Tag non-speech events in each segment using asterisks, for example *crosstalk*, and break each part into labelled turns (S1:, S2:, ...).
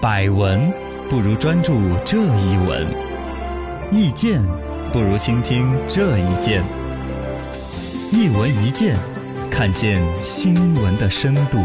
S1: 百闻不如专注这一闻，意见不如倾听这一见。一闻一见，看见新闻的深度。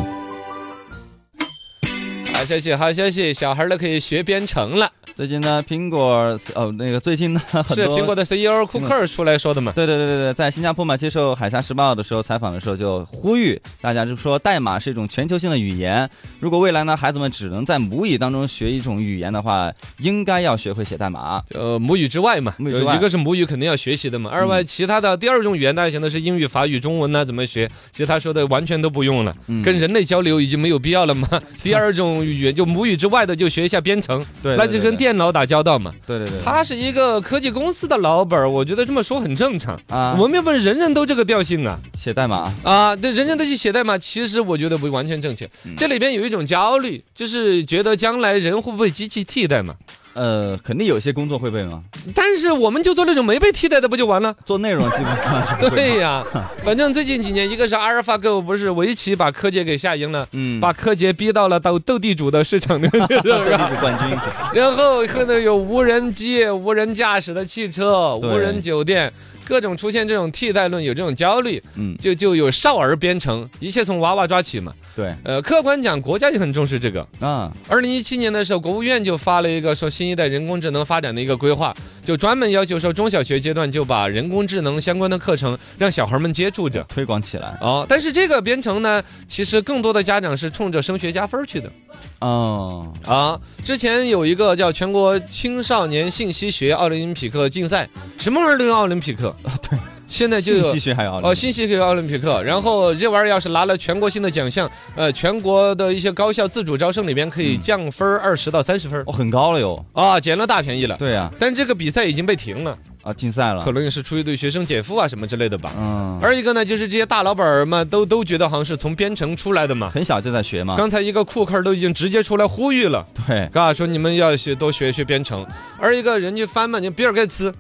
S2: 好消息，好消息，小孩儿都可以学编程了。
S3: 最近呢，苹果哦，那个最近呢， *laughs* 很
S2: 是
S3: 多
S2: 苹果的 CEO 库克尔出来说的嘛？
S3: 对对对对对，在新加坡嘛接受《海峡时报》的时候采访的时候，就呼吁大家就说，代码是一种全球性的语言。如果未来呢，孩子们只能在母语当中学一种语言的话，应该要学会写代码。
S2: 呃，母语之外嘛，
S3: 嗯母语之外
S2: 呃一个是母语肯定要学习的嘛，二外其他的第二种语言大家想的是英语、法语、中文呐、怎么学？其实他说的完全都不用了，
S3: 嗯
S2: 跟人类交流已经没有必要
S3: *laughs*
S2: 了嘛。第二种语言就母语之外的就学一下编程，
S3: 对，
S2: 那就跟
S3: 电
S2: 电脑打交道嘛。
S3: 对对对
S2: 他是一个科技公司的老板儿，我觉得这么说很正常。
S3: 啊，
S2: *laughs* 我们要不然人人都这个调性啊
S3: 写代码，
S2: 啊！对，人人都去写代码，其实我觉得不完全正确。
S3: 嗯
S2: 这里边有一种焦虑，就是觉得将来人会不被机器替代嘛？
S3: 呃，肯定有些工作会被吗？
S2: 但是我们就做那种没被替代的不就完了？
S3: 做内容基本上是不
S2: *laughs*
S3: 会
S2: 对呀、
S3: *laughs*
S2: 反正最近几年，一个是阿尔法狗，不是围棋把柯洁给吓赢了。
S3: 嗯，
S2: 把柯洁逼到了斗斗地主的市场
S3: *laughs*
S2: 里面，
S3: 对立是冠军，
S2: 然后可能有无人机、无人驾驶的汽车、
S3: 对
S2: 无人酒店，各种出现这种替代论，有这种焦虑，
S3: 嗯，
S2: 就就有少儿编程，一切从娃娃抓起嘛。
S3: 对
S2: 呃，客观讲，国家就很重视这个。
S3: 啊，
S2: 二零一七年的时候，国务院就发了一个说新一代人工智能发展的一个规划，就专门要求说中小学阶段就把人工智能相关的课程让小孩们接触着。
S3: 推广起来
S2: 哦，但是这个编程呢，其实更多的家长是冲着升学加分儿去的
S3: 哦，
S2: 啊。之前有一个叫全国青少年信息学奥林匹克竞赛，什么玩意儿都有奥林匹克啊？对，现在就
S3: 信
S2: 有
S3: 息学还有奥林
S2: 哦，信息给奥林匹克，然后这玩意儿要是拿了全国性的奖项，呃，全国的一些高校自主招生里面可以
S3: 嗯
S2: 降分二十到三十分儿，
S3: 哦，很高了哟，
S2: 啊，捡了大便宜了。
S3: 对呀，
S2: 但这个比赛已经被停了，
S3: 啊，竞赛了
S2: 可，能也是出于对学生减负啊什么之类的吧。
S3: 嗯，
S2: 而一个呢，就是这些大老板儿们都都觉得好像是从编程出来的嘛。
S3: 很小就在学嘛，
S2: 刚才一个库克儿都已经直接出来呼吁了，
S3: 对，
S2: 嘎说你们要学多学学编程。而一个人家翻嘛，就比尔盖茨，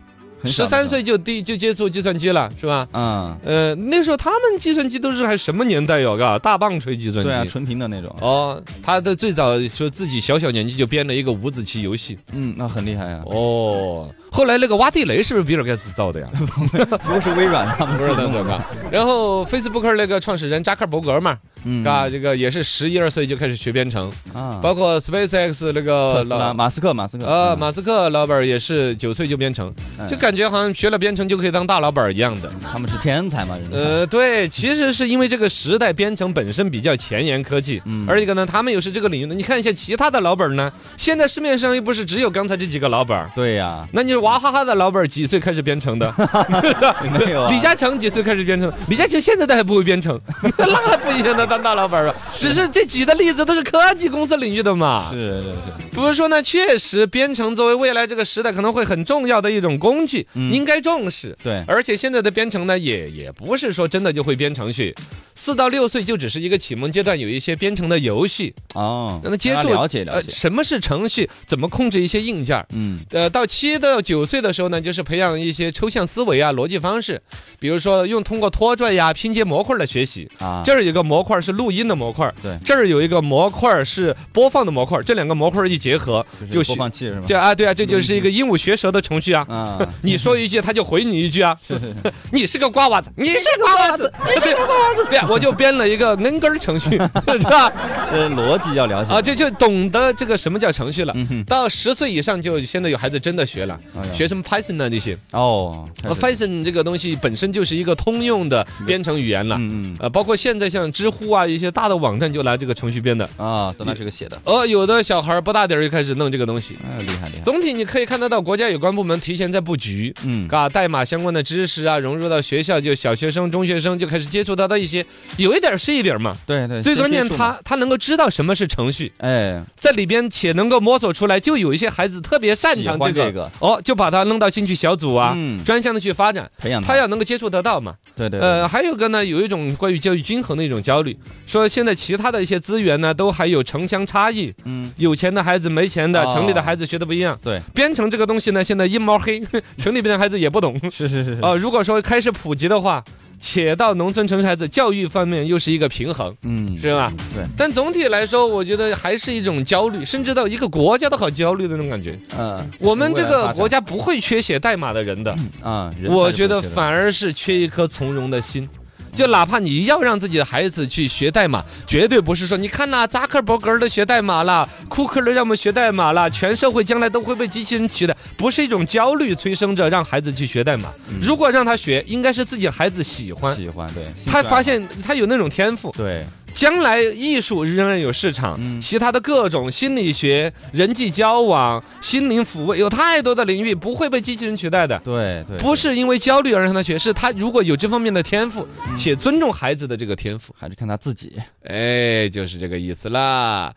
S2: 十
S3: 很小的时候
S2: 三，岁就第就接触计算机了，是吧？
S3: 嗯，
S2: 呃，那时候他们计算机都是还什么年代哟？嘎，大棒槌计算
S3: 对啊，
S2: 机。
S3: 纯平的那种，
S2: 哦，他的最早说自己小小年纪就编了一个五子棋游戏。
S3: 嗯，那很厉害 *laughs* 啊，
S2: 哦，后来那个挖地雷是不是比尔盖茨造的
S3: *laughs*
S2: 呀？
S3: 不是微软他们
S2: 不
S3: 自
S2: 知
S3: 己
S2: 道
S3: 弄
S2: 怎
S3: 的，
S2: 么。然后 Facebook 那个创始人扎克伯格嘛，
S3: 嗯
S2: 嘎，这个也是十一二岁就开始学编程，
S3: 啊，
S2: 包括 SpaceX 那个
S3: 特斯拉
S2: 老。
S3: 马斯克，马斯克，
S2: 呃，
S3: 嗯
S2: 马斯克老板儿也是九岁就编程，就感觉好像学了编程就可以当大老板儿一样的。
S3: 他们是天才嘛，人家，
S2: 呃，对，其实是因为这个时代编程本身比较前沿科技，
S3: 嗯
S2: 而一个呢，他们又是这个领域的。你看一下其他的老板儿呢，现在市面上又不是只有刚才这几个老板儿，
S3: 对呀，
S2: 那你娃哈哈的老板儿几岁开始编程的？
S3: *laughs* 没有啊，
S2: 李嘉诚几岁开始编程？李嘉诚现在都还不会编程， *laughs* 那还不影响他当大老板吧？只是这举的例子都是科技公司领域的嘛。
S3: 是是是，
S2: 不是说呢，确实编程作为未来这个时代可能会很重要的一种工具，
S3: 嗯
S2: 应该重视。
S3: 对，
S2: *laughs* 而且现在的编程呢，也也不是说真的就会编程序，四到六岁就只是一个启蒙阶段，有一些编程的游戏，
S3: 哦，
S2: 让他接触
S3: 了解了
S2: 呃，
S3: 解，
S2: 什么是程序，怎么控制一些硬件儿。
S3: 嗯，
S2: 呃，到七到九岁的时候呢，就是培养一些抽象思维啊、逻辑方式，比如说用通过拖拽呀、拼接模块儿来学习。
S3: 啊，
S2: 这儿有一个模块儿是录音的模块儿，
S3: 对
S2: 这儿有一个模块儿是播放的模块儿，这两个模块儿一结合，
S3: 就
S2: 就是
S3: 播
S2: 学
S3: 放器是吗？
S2: 这啊，对啊，这就是一个鹦鹉学舌的程序啊。
S3: 啊，
S2: 你说一句，他就回你一句啊。 *laughs* 你是个瓜娃子，你是瓜娃子，你是个瓜娃子。 *laughs* 对啊，我就编了一个恩根儿程 *laughs* 序，是吧？
S3: 这逻辑要了解
S2: 啊，，就就懂得这个什么叫程序了。
S3: 嗯哼，
S2: 到十岁以上就现在有孩子真的学了，
S3: 哎呀
S2: 学什么 Python 啊这些。
S3: 哦，
S2: 呃
S3: 翻，
S2: Python 这个东西本身就是一个通用的编程语言了。
S3: 嗯
S2: 呃，包括现在像知乎啊，一些大的网站就拿这个程序编的。
S3: 嗯，啊，都拿这个写的，
S2: 呃，有的小孩儿不大点儿就开始弄这个东西。
S3: 哎，厉害厉害，
S2: 总体你可以看得到，国家有关部门提前在布局，
S3: 嗯，
S2: 把啊代码相关的知识啊融入到学校，就小学生、中学生就开始接触到的一些，有一点儿是一点儿嘛。
S3: 对对，
S2: 最
S3: 先
S2: 关
S3: 接
S2: 键
S3: 触
S2: 他
S3: 嘛，
S2: 他能够知道什么是程序，
S3: 哎，
S2: 在里边且能够摸索出来，就有一些孩子特别擅
S3: 喜
S2: 长
S3: 欢
S2: 这
S3: 这
S2: 个，
S3: 个，
S2: 哦，就把他弄到兴趣小组啊，
S3: 嗯，
S2: 专项的去发展，
S3: 培养
S2: 他要能够接触得到嘛。
S3: 对对，对
S2: 呃，还有一个呢，有一种关于教育均衡的一种焦虑，说现在其他的一些资源呢，都还有城乡差异，
S3: 嗯，
S2: 有钱的孩子没钱的，
S3: 哦
S2: 城里的孩子学的不一样。
S3: 对，
S2: 编程这 *laughs* 个东西呢，现在一毛黑，城里边的孩子也不懂。 *laughs*
S3: 是是是是，
S2: 啊、如果说开始普及的话，且到农村城市孩子教育方面又是一个平衡，
S3: 嗯，
S2: 是吧？
S3: 对。
S2: 但总体来说，我觉得还是一种焦虑，甚至到一个国家都好焦虑的那种感觉。
S3: 嗯，
S2: 我们这
S3: 未来
S2: 个
S3: 发展
S2: 国家不会缺写代码的人的，
S3: 啊，人才
S2: 我
S3: 就
S2: 觉得
S3: 不缺了
S2: 反而是缺一颗从容的心。就哪怕你要让自己的孩子去学代码，绝对不是说你看啦，扎克伯格儿都学代码啦，库克都让我们学代码啦，全社会将来都会被机器人取代，不是一种焦虑催生着让孩子去学代码。
S3: 嗯
S2: 如果让他学，应该是自己的孩子喜欢，
S3: 喜欢，对，兴
S2: 他
S3: 趣爱
S2: 发
S3: 好
S2: 现他有那种天赋，
S3: 对，
S2: 将来艺术仍然有市场，
S3: 嗯
S2: 其他的各种心理学、人际交往、心灵抚慰，有太多的领域不会被机器人取代的。
S3: 对对，
S2: 不是因为焦虑而让他学，是他如果有这方面的天赋，
S3: 嗯
S2: 且尊重孩子的这个天赋，
S3: 还是看他自己。
S2: 哎，就是这个意思啦。